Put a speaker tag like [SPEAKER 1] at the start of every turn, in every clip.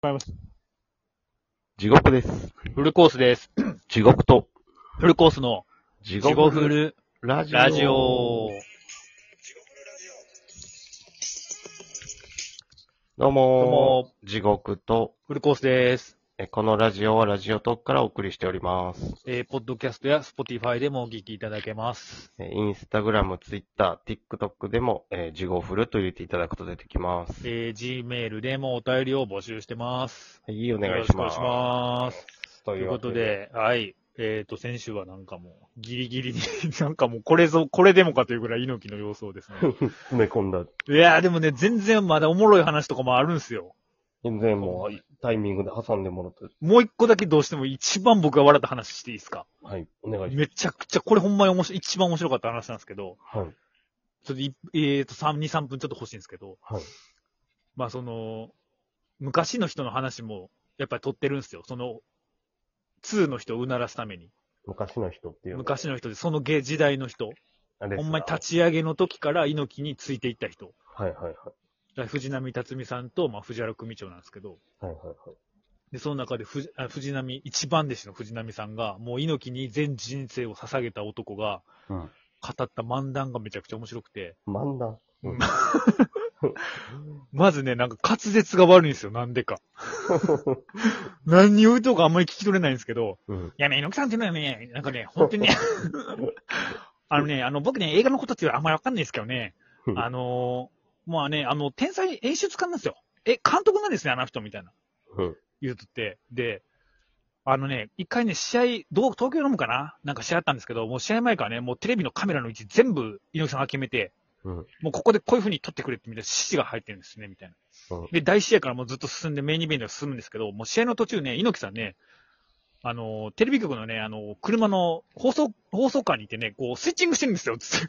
[SPEAKER 1] ございます。
[SPEAKER 2] 地獄です。
[SPEAKER 1] フルコースです。
[SPEAKER 2] 地獄と、
[SPEAKER 1] フルコースの、
[SPEAKER 2] 地
[SPEAKER 1] 地獄フ
[SPEAKER 2] 獄
[SPEAKER 1] ル
[SPEAKER 2] ラジオ。
[SPEAKER 1] ラジオ。
[SPEAKER 2] どうもー
[SPEAKER 1] どうも
[SPEAKER 2] 地獄と
[SPEAKER 1] フルコースです。
[SPEAKER 2] え、このラジオはラジオトークからお送りしております。
[SPEAKER 1] えー、ポッドキャストやスポティファイでもお聞きいただけます。
[SPEAKER 2] えインスタグラム、ツイッター、ティックトックでも、えー、地獄フルと入れていただくと出てきます。
[SPEAKER 1] えー、Gmail でもお便りを募集してます。
[SPEAKER 2] はい、お願
[SPEAKER 1] よ
[SPEAKER 2] い
[SPEAKER 1] ろ
[SPEAKER 2] し
[SPEAKER 1] しくお願
[SPEAKER 2] ま
[SPEAKER 1] い
[SPEAKER 2] す。
[SPEAKER 1] します。
[SPEAKER 2] と
[SPEAKER 1] ということ
[SPEAKER 2] わけ。
[SPEAKER 1] で、はい。えーと、先週はなんかもう、ギリギリに、 なんかもうこれぞ、これでもかというぐらい猪木の様相 ですね。
[SPEAKER 2] 詰め込んだ。
[SPEAKER 1] いやーでもね、全然まだおもろい話とかもあるんすよ。
[SPEAKER 2] 全然もう、タイミングで挟んでもらって。
[SPEAKER 1] もう一個だけどうしても一番僕が笑った話していいですか
[SPEAKER 2] はい、お願いし
[SPEAKER 1] めちゃくちゃ、これほんまに面白い、一番面白かった話なんですけど、
[SPEAKER 2] ます。はい。
[SPEAKER 1] ちょっとい、えっ、と、3、2、3分ちょっと欲しいんですけど、
[SPEAKER 2] はい。
[SPEAKER 1] まあその、昔の人の話も、やっぱり撮ってるんですよ。その、2の人をうならすために。
[SPEAKER 2] 昔の人っていうの
[SPEAKER 1] 昔の人で、その芸時代の人。
[SPEAKER 2] あれで
[SPEAKER 1] ほ
[SPEAKER 2] す
[SPEAKER 1] んまに
[SPEAKER 2] か
[SPEAKER 1] 立ち上げの時から猪木についていった人。だか
[SPEAKER 2] はいはいはい。
[SPEAKER 1] ら藤波辰巳さんと、まあ藤原組長なんですけど、
[SPEAKER 2] はいはいはい。
[SPEAKER 1] で、その中で藤あ藤波、一番弟子の藤波さんが、もう猪木に全人生を捧げた男が、
[SPEAKER 2] うん。
[SPEAKER 1] 語った漫談がめちゃくちゃ面白くて、
[SPEAKER 2] 漫談。
[SPEAKER 1] うんまずね、なんか滑舌が悪いんですよ、なんでか。何を言うとかあんまり聞き取れないんですけど、
[SPEAKER 2] うん。
[SPEAKER 1] いやね、猪木さんっていうのはね、なんかね、本当にね、あのね、あの、僕ね、映画のことっていうのはあんまりわかんないですけどね、あのーまあね、あの、天才演出家なんですよ。え、監督なんですね、あの人、みたいな。
[SPEAKER 2] うん。
[SPEAKER 1] 言うとって。で、あのね、一回ね、試合、どう、東京ドームかななんか試合あったんですけど、もう試合前からね、もうテレビのカメラの位置全部猪木さんが決めて、
[SPEAKER 2] うん
[SPEAKER 1] もうここでこういう風に撮ってくれってみたいな指示が入ってるんですね、みたいな。
[SPEAKER 2] うん
[SPEAKER 1] で、大試合からもうずっと進んでメインイベントが進むんですけど、もう試合の途中ね、猪木さんね、あの、テレビ局のね、あの、車の放送、放送カーにいてね、こう、スイッチングしてるんですよ、つって。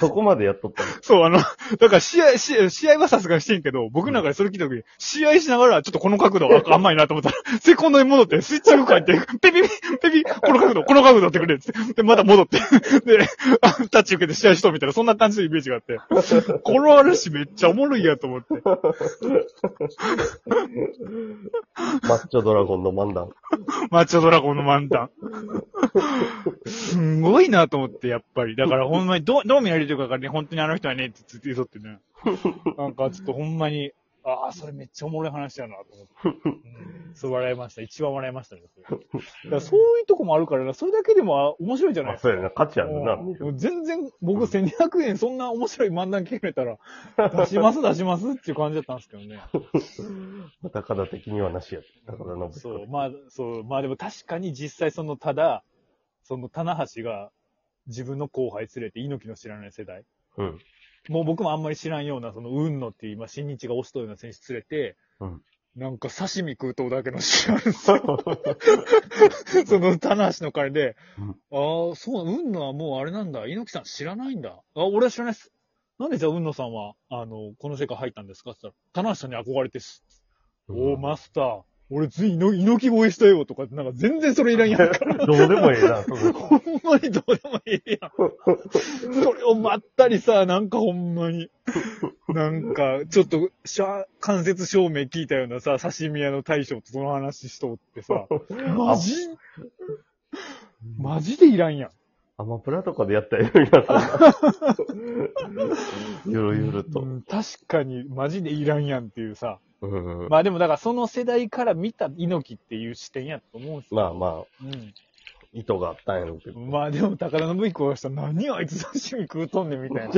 [SPEAKER 2] そこまでやっとったの
[SPEAKER 1] そう、あの、だから試合、試合、試合はさすがにしてんけど、僕なんかでそれ聞いた時に、試合しながら、ちょっとこの角度は甘いなと思ったら、セコンドに戻って、スイッチング変えて、ペピピ、ペピ、この角度、この角度ってくれっつって、で、また戻って、で、あタッチ受けて試合しとうみたいな、そんな感じのイメージがあって、この話めっちゃおもろいやと思って。
[SPEAKER 2] マッチョドラゴンの漫談。
[SPEAKER 1] マッチョドラゴンの漫談。すんごいなと思って、やっぱり。だからほんまにど、うどう見られてるかがね、本当にあの人はね、ってつって言うとってね。なんかちょっとほんまに、ああ、それめっちゃおもろい話やなと思って。うん、そう笑いました。一番笑いましたね。それだからそういうとこもあるからな、それだけでもあ面白いんじゃない
[SPEAKER 2] あ、
[SPEAKER 1] ですか。
[SPEAKER 2] そうやな。価値あるな。
[SPEAKER 1] もう全然、僕1200円そんな面白い漫談聞かれたら、出します出しますっていう感じだったんですけどね。
[SPEAKER 2] 高田的にはなしや。高田信
[SPEAKER 1] そう、
[SPEAKER 2] 彦。
[SPEAKER 1] まあ、そう、まあでも確かに実際その、ただ、その、棚橋が自分の後輩連れて、猪木の知らない世代。
[SPEAKER 2] うん。
[SPEAKER 1] もう僕もあんまり知らんような、その、うんのっていう、今、新日が押しとるような選手連れて、
[SPEAKER 2] うん
[SPEAKER 1] なんか刺身食うとうだけの試合 その、棚橋の彼で、
[SPEAKER 2] うん
[SPEAKER 1] ああ、そう、うんのはもうあれなんだ、猪木さん知らないんだ。あ、俺は知らないっす。なんでじゃあ、うんのさんは、あの、この世界入ったんですかって言ったら、棚橋さんに憧れてす。 おー、マスター。俺ついの、猪木越えしたよとかって、なんか全然それいらんやんか。
[SPEAKER 2] どうでもええな、その
[SPEAKER 1] ほんまにどうでもいいやん。それを待ったりさ、なんかほんまに。なんか、ちょっと、しゃ、関節照明聞いたようなさ、刺身屋の大将とその話しとってさ、マジ、マジでいらんやん。
[SPEAKER 2] アマプラとかでやったらええのにな、そんな ゆるゆる
[SPEAKER 1] う
[SPEAKER 2] と。
[SPEAKER 1] ん確かに、マジでいらんやんっていうさ。
[SPEAKER 2] うん。
[SPEAKER 1] まあでもだからその世代から見た猪木っていう視点やと思うんですよ。
[SPEAKER 2] まあまあ、
[SPEAKER 1] うん。
[SPEAKER 2] 意図があったんやろうけど。
[SPEAKER 1] まあでも、高田信彦がしたら何あいつ刺身食うとんねん みたいな。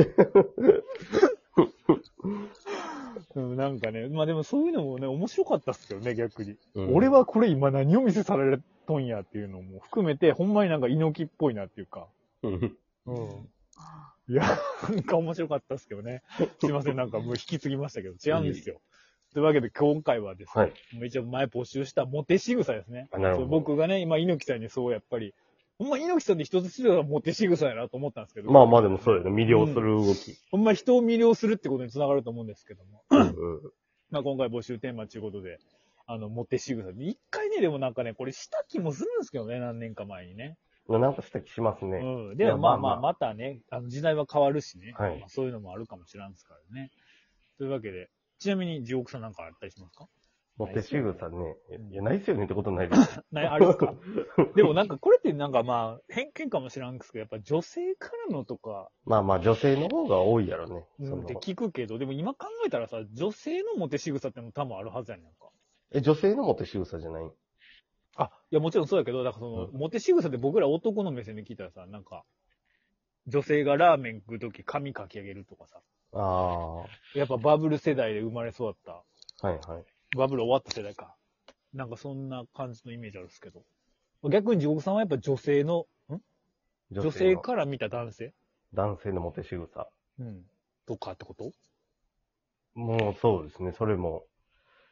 [SPEAKER 1] うん、なんかね、まあでもそういうのもね、面白かったっすよね、逆に。
[SPEAKER 2] うん
[SPEAKER 1] 俺、はこれ今何を見せされとんやっていうのも含めて、ほんまになんか猪木っぽいなっていうか。
[SPEAKER 2] うん
[SPEAKER 1] うん。いや、なんか面白かったっすけどね。すいません、なんかもう引き継ぎましたけど、違うんですよ。というわけで今回はですね、
[SPEAKER 2] はい。
[SPEAKER 1] もう一応前募集したモテ仕草ですね。
[SPEAKER 2] あなるほ
[SPEAKER 1] そう
[SPEAKER 2] ど。
[SPEAKER 1] 僕がね、今、猪木さんにそう、やっぱり、ほんま猪木さんで一つ一つはモテ仕草やなと思ったんですけど、
[SPEAKER 2] まあまあでもそうやね。魅了する動き。
[SPEAKER 1] ほんま人を魅了するってことにつながると思うんですけども、
[SPEAKER 2] うん
[SPEAKER 1] まあ今回募集テーマということで、あの、モテ仕草で、一回ね、でもなんかね、これした気もするんですけどね、何年か前にね。
[SPEAKER 2] うん。なんか指摘しますね。
[SPEAKER 1] うん。で
[SPEAKER 2] い
[SPEAKER 1] も
[SPEAKER 2] や
[SPEAKER 1] ま
[SPEAKER 2] ま
[SPEAKER 1] あ
[SPEAKER 2] あ
[SPEAKER 1] ま
[SPEAKER 2] ま
[SPEAKER 1] あ、
[SPEAKER 2] あ
[SPEAKER 1] またね、あの時代は変わるしね、
[SPEAKER 2] はい
[SPEAKER 1] まあそういうのもあるかもしれんですからね。というわけで、ちなみに、地獄さんなんかあったりしますか
[SPEAKER 2] もう手シグさんね、いや、ないっすよねってことない です。
[SPEAKER 1] ない、あれですかでもなんか、これってなんかまあ、偏見かもしらんですけど、やっぱ女性からのとか、
[SPEAKER 2] まあまあ、女性の方が多いやろね。
[SPEAKER 1] う
[SPEAKER 2] そ
[SPEAKER 1] んっ
[SPEAKER 2] の
[SPEAKER 1] て聞くけど、でも今考えたらさ、女性のモテ仕草ってのも多分あるはずやねんなんか。
[SPEAKER 2] え、女性のモテ仕草じゃない
[SPEAKER 1] あ、いや、もちろんそうやけど、だからその、
[SPEAKER 2] う
[SPEAKER 1] モテ仕草って僕ら男の目線で聞いたらさ、なんか、女性がラーメン食うとき髪かき上げるとかさ、
[SPEAKER 2] ああ、は
[SPEAKER 1] やっぱバブル世代で生まれ育った、
[SPEAKER 2] いはい。
[SPEAKER 1] バブル終わった世代か。なんかそんな感じのイメージあるんですけど。逆に地獄さんはやっぱ女性の、ん女性
[SPEAKER 2] の
[SPEAKER 1] から見た男性
[SPEAKER 2] 男性のモテ仕草。
[SPEAKER 1] うん。とかってこと
[SPEAKER 2] もうそうですね、それも。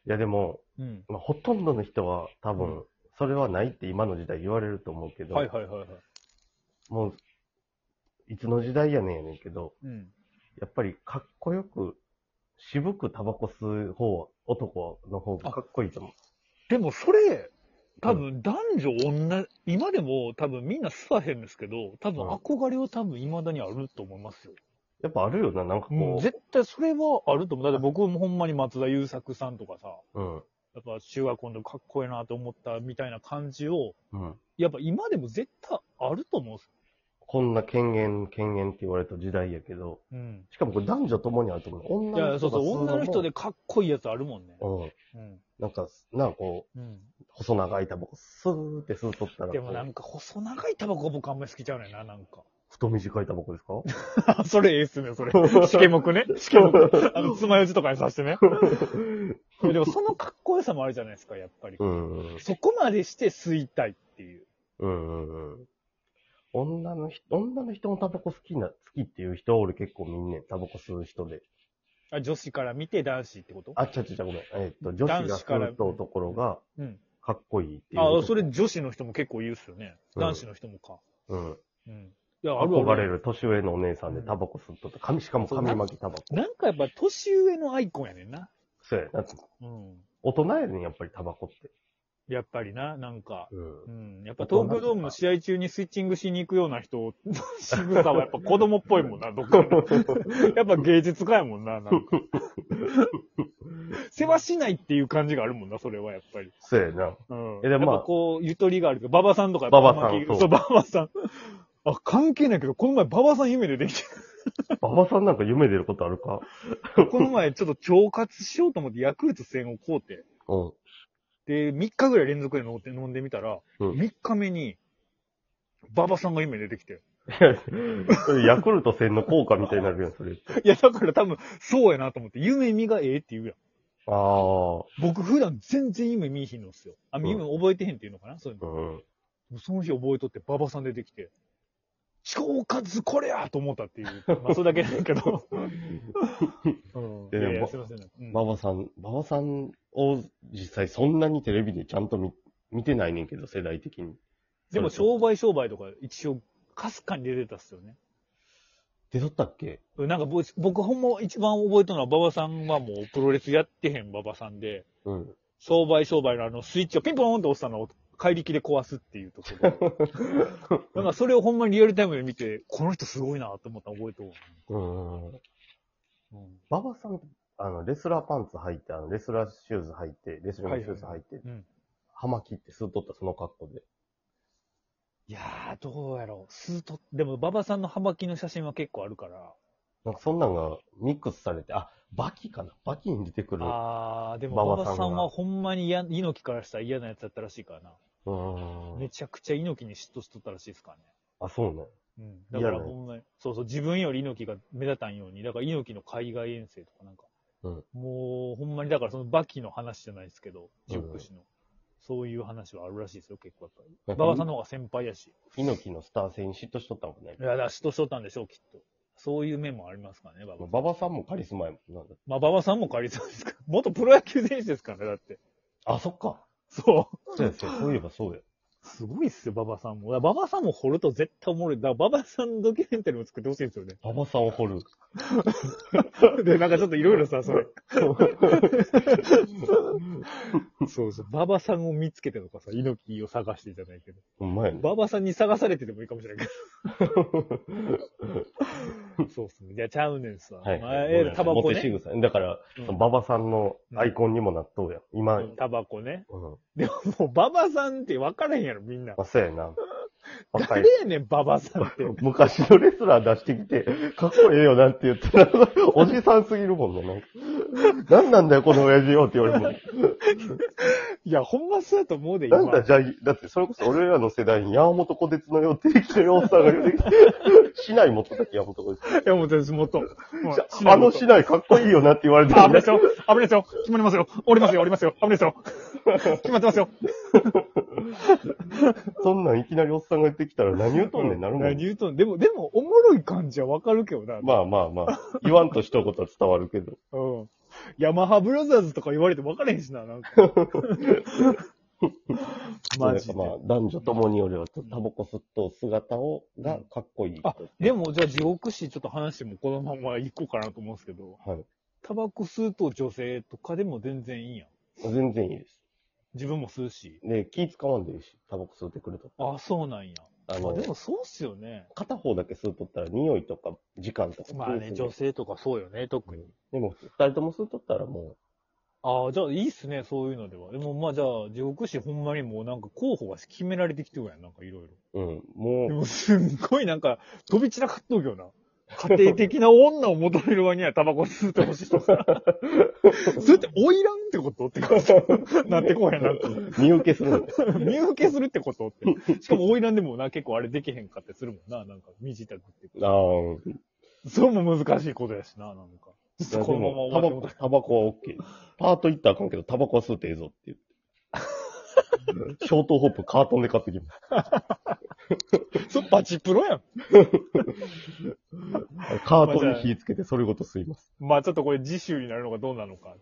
[SPEAKER 2] いやでも、
[SPEAKER 1] うん。
[SPEAKER 2] まあ、ほとんどの人は多
[SPEAKER 1] う
[SPEAKER 2] 分、それはないって今の時代言われると思うけど、
[SPEAKER 1] はいはいはいはい。
[SPEAKER 2] もう、いつの時代やねんやねんけど、
[SPEAKER 1] うん。
[SPEAKER 2] やっぱりかっこよく、渋くタバコ吸う方、男の方がかっこいいと思う。
[SPEAKER 1] でもそれ、多分男女女、今でも多分みんな吸わへんですけど、多分
[SPEAKER 2] うん
[SPEAKER 1] 憧れは多分未だにあると思いますよ。
[SPEAKER 2] やっぱあるよな、なんか
[SPEAKER 1] もう
[SPEAKER 2] こ
[SPEAKER 1] 絶対それはあると思う。だって僕もほんまに松田優作さんとかさ、
[SPEAKER 2] う、うん、
[SPEAKER 1] やっぱ中学校の時かっこいいなと思ったみたいな感じを、
[SPEAKER 2] うん。
[SPEAKER 1] やっぱ今でも絶対あると思うんです
[SPEAKER 2] こんな権限、権限って言われた時代やけど、
[SPEAKER 1] よ。うん。
[SPEAKER 2] しかもこれ男女ともにあると思う。
[SPEAKER 1] い
[SPEAKER 2] 女
[SPEAKER 1] や、
[SPEAKER 2] の
[SPEAKER 1] そ
[SPEAKER 2] 人
[SPEAKER 1] うそう、女の人
[SPEAKER 2] で。
[SPEAKER 1] でかっこいいやつあるもんね。
[SPEAKER 2] うん。
[SPEAKER 1] うん。
[SPEAKER 2] なんか、なんかこ
[SPEAKER 1] うん。
[SPEAKER 2] う、細長いタバコ、スーって吸うとったら、
[SPEAKER 1] でもな
[SPEAKER 2] こ
[SPEAKER 1] んか細長いタバコ僕あんまり好きちゃうねんな、なん
[SPEAKER 2] う
[SPEAKER 1] か。
[SPEAKER 2] 太短いタバコ ですか
[SPEAKER 1] あ それええっすね、それ。 しけもくね。しけもく。あの、爪楊枝とかに刺してね。いやでもそのかっこよさもあるじゃないですか、やっぱり。
[SPEAKER 2] うん。
[SPEAKER 1] そこまでして吸いたいっていう。
[SPEAKER 2] うんうんうん。女の人、女の人もタバコ好きな、好きっていう人、俺結構みんね、タバコ吸う人で。
[SPEAKER 1] あ女子から見て男子ってこと
[SPEAKER 2] あ、ちゃちゃちゃごめん。えっ、と、女子が吸うとところが、
[SPEAKER 1] うん。
[SPEAKER 2] かっこいいっていう。
[SPEAKER 1] あ、それ女子の人も結構言うっすよね。
[SPEAKER 2] うん
[SPEAKER 1] 男子の人もか。
[SPEAKER 2] うん。
[SPEAKER 1] うん。いや、ある
[SPEAKER 2] 憧
[SPEAKER 1] あ
[SPEAKER 2] れる年上のお姉さんでタバコ吸っとった。髪、しかも髪巻きタバコ。
[SPEAKER 1] なんかやっぱ年上のアイコンやねんな。
[SPEAKER 2] そうやな。
[SPEAKER 1] うん。
[SPEAKER 2] 大人やねん、やっぱりタバコって。
[SPEAKER 1] やっぱりな、なんか。
[SPEAKER 2] うん
[SPEAKER 1] う。ん。やっぱ東京ドームの試合中にスイッチングしに行くような人、仕草はやっぱ子供っぽいもんな、どっかの。 やっぱ芸術家やも んな、なんか。世話しないっていう感じがあるもんな、それはやっぱり。
[SPEAKER 2] そうやな。
[SPEAKER 1] うん。
[SPEAKER 2] えでもまあ
[SPEAKER 1] やっぱこう、ゆとりがあるけど、馬場さんとかやっぱ
[SPEAKER 2] 馬場さん
[SPEAKER 1] あまり
[SPEAKER 2] そう
[SPEAKER 1] そう、馬場さん。あ、関係ないけど、この前馬場さん夢ででき て、
[SPEAKER 2] 馬場さんなんか夢出ることあるか
[SPEAKER 1] この前ちょっと腸活しようと思ってヤクルト1000を買うて、
[SPEAKER 2] うん。
[SPEAKER 1] で、3日ぐらい連続で飲んで飲んでみたら、
[SPEAKER 2] うん
[SPEAKER 1] 3日目に、馬場さんが夢出てきて。
[SPEAKER 2] それヤクルト戦の効果みたいになるやん、それ。
[SPEAKER 1] いや、だから多分、そうやなと思って、夢見がええって言うやん。
[SPEAKER 2] あ
[SPEAKER 1] 僕普段全然夢見いひんのっすよ。あ、
[SPEAKER 2] ん
[SPEAKER 1] 夢覚えてへんっていうのかなそういう
[SPEAKER 2] あ。うん。
[SPEAKER 1] の。その日覚えとって、馬場さん出てきて、超活これやと思ったっていう。 まあ、それだけなんやけど。 うん。
[SPEAKER 2] で
[SPEAKER 1] いやい
[SPEAKER 2] ま
[SPEAKER 1] や、すいません。うん
[SPEAKER 2] 馬場さん、馬場さんを実際そんなにテレビでちゃんと見見てないねんけど、世代的に。
[SPEAKER 1] でも、
[SPEAKER 2] そう
[SPEAKER 1] 商売商売とか一応、かすかに出てたっすよね。
[SPEAKER 2] 出とったっけ
[SPEAKER 1] なんか僕、僕ほんま一番覚えたのは、馬場さんはもうプロレスやってへん馬場さんで、
[SPEAKER 2] うん。
[SPEAKER 1] 商売商売のあのスイッチをピンポーンと押したのを怪力で壊すっていうところ。 だからそれをほんまにリアルタイムで見て、この人すごいなと思ったの覚えとる
[SPEAKER 2] うん。
[SPEAKER 1] うん。
[SPEAKER 2] 馬場さん、あの、レスラーパンツ履いて、あの、レスラーシューズ履いて、レスラーのシューズ履いて、
[SPEAKER 1] うん。
[SPEAKER 2] 葉巻って吸うとったその格好で。
[SPEAKER 1] いやー、どうやろう。スーと、でも馬場さんの葉巻の写真は結構あるから。
[SPEAKER 2] なんかそんなんがミックスされて、あ、バキかなバキに出てくる。
[SPEAKER 1] あー、でも
[SPEAKER 2] 馬場
[SPEAKER 1] 馬場
[SPEAKER 2] さん
[SPEAKER 1] さ
[SPEAKER 2] は
[SPEAKER 1] んはほんまにや猪木からしたら嫌なやつだったらしいからな。
[SPEAKER 2] うん。
[SPEAKER 1] めちゃくちゃ猪木に嫉妬しとったらしいですからね。
[SPEAKER 2] あ、そうね。
[SPEAKER 1] うん。だから
[SPEAKER 2] 嫌な
[SPEAKER 1] ほんまに、そうそう、自分より猪木が目立たんように、だから猪木の海外遠征とかなんか、
[SPEAKER 2] うん
[SPEAKER 1] もうほんまにだからそのバキの話じゃないですけど、
[SPEAKER 2] うん
[SPEAKER 1] ジョック氏の、そういう話はあるらしいですよ、結構やっぱ
[SPEAKER 2] な
[SPEAKER 1] り。
[SPEAKER 2] んか
[SPEAKER 1] 馬場さんの方が先輩やし。
[SPEAKER 2] 猪木のスター性に嫉妬しとったもんね
[SPEAKER 1] い。や、だから嫉妬しとったんでしょう、きっと。そういう面もありますからね、馬場さ
[SPEAKER 2] 馬場さ
[SPEAKER 1] ん。
[SPEAKER 2] んもカリスマやもんな。
[SPEAKER 1] まあ、馬場さんも借りそうですから。 元プロ野球選手ですからね、だって。
[SPEAKER 2] あ、そっか。
[SPEAKER 1] そう。
[SPEAKER 2] そうや、そうやそういえばそうや。
[SPEAKER 1] すごいっすよ、馬場さんも。だから馬場さんも掘ると絶対おもろい。だから馬場さんドキュメンタリーも作ってほしいんですよね。
[SPEAKER 2] 馬場さんを掘る。
[SPEAKER 1] で、なんかちょっといろいろさ、それ。そうそう。馬場さんを見つけてとかさ、猪木を探してじゃないけど。
[SPEAKER 2] ほんまやね。
[SPEAKER 1] 馬場さんに探されててもいいかもしれな いけど。そうっすね。じゃあちゃうねんさ。
[SPEAKER 2] はい。
[SPEAKER 1] まあえータバコ
[SPEAKER 2] モテ仕
[SPEAKER 1] ね。
[SPEAKER 2] 草だから、
[SPEAKER 1] うん
[SPEAKER 2] 馬場さんのアイコンにもなっとうやん。今、うん。
[SPEAKER 1] タバコね。
[SPEAKER 2] ま
[SPEAKER 1] でももう、馬場さんって分からへんやろ、みんな。
[SPEAKER 2] あ、そうやな。若い
[SPEAKER 1] 誰。やねん、馬場さんって。
[SPEAKER 2] 昔のレスラー出してきて、かっこええよなんて言ったら、おじさんすぎるもんね。なんかなんなんだよ、この親父よって言われる
[SPEAKER 1] いや、ほんまそうやと思うで、
[SPEAKER 2] も
[SPEAKER 1] 今。
[SPEAKER 2] ん。なんだ、じゃあ、だってそれこそ俺らの世代に、山本小鉄のよって生きてるおっさんが 出てきて、市内持ってたっけ、山本小鉄。
[SPEAKER 1] いや、もう全然もっと。もう
[SPEAKER 2] あの市内かっこいいよなって言われて
[SPEAKER 1] あ、危ない
[SPEAKER 2] る
[SPEAKER 1] ですよ。危ないですよ。決まりますよ。降りますよ、降りますよ。危ないですよ。決まってますよ。
[SPEAKER 2] そんなんいきなりおっさんが出てきたら何言うとんねんなるもん
[SPEAKER 1] 何。言うとんでも、でも、おもろい感じはわかるけどな。
[SPEAKER 2] まあまあまあ、言わんと一言は伝わるけど。
[SPEAKER 1] うん。ヤマハブラザーズとか言われても分からへんしな、な んか。マジで。
[SPEAKER 2] まあ、男女ともによりは、タバコ吸っとう姿を、がかっこいい。
[SPEAKER 1] あ、でも、じゃあ、地獄史ちょっと話もこのまま行こうかなと思うんですけど、
[SPEAKER 2] はい。
[SPEAKER 1] タバコ吸うと女性とかでも全然いいやん。
[SPEAKER 2] 全然いいです。
[SPEAKER 1] 自分も吸うし。
[SPEAKER 2] で、気使わんでいいし、タバコ吸ってくれと。
[SPEAKER 1] あ、そうなんや。
[SPEAKER 2] あ
[SPEAKER 1] ま
[SPEAKER 2] の
[SPEAKER 1] あ、、でもそうっすよね。
[SPEAKER 2] 片方だけ吸うとったら匂いとか時間とか。
[SPEAKER 1] まあね、女。性とかそうよね、特に。
[SPEAKER 2] でも、二人とも吸うとったらも、
[SPEAKER 1] ああ、じゃあいいっすね、そういうのでは。でもまあじゃあ、地獄師ほんまにもうなんか候補が決められてきてるやん、なんかいろいう
[SPEAKER 2] うん、
[SPEAKER 1] ろ。で
[SPEAKER 2] も
[SPEAKER 1] もすんごいなんか、飛び散らかっとるよな。家庭的な女を求める割にはタバコ吸ってほしい とか。それって花いらんってことって感じ。なってこうやん、 なんか。
[SPEAKER 2] う、見受けするの。
[SPEAKER 1] 見受けするってことって。しかも花いらんでもな、結構あれできへんかってするもんな、なんか、身支度って。
[SPEAKER 2] ああ、
[SPEAKER 1] それも難しいことやしな、なんか。
[SPEAKER 2] で
[SPEAKER 1] このまま
[SPEAKER 2] も、
[SPEAKER 1] 終
[SPEAKER 2] タ
[SPEAKER 1] わっ
[SPEAKER 2] バ
[SPEAKER 1] ても
[SPEAKER 2] コ、タバコは OK。パート行ったらあかんけど、タバコは吸うてええぞって 言って。ショートホップカートンで買ってきます。
[SPEAKER 1] それバチプロやん。
[SPEAKER 2] カートンに火つけて、それごと吸います。
[SPEAKER 1] まあちょっとこれ次週になるのかどうなのか。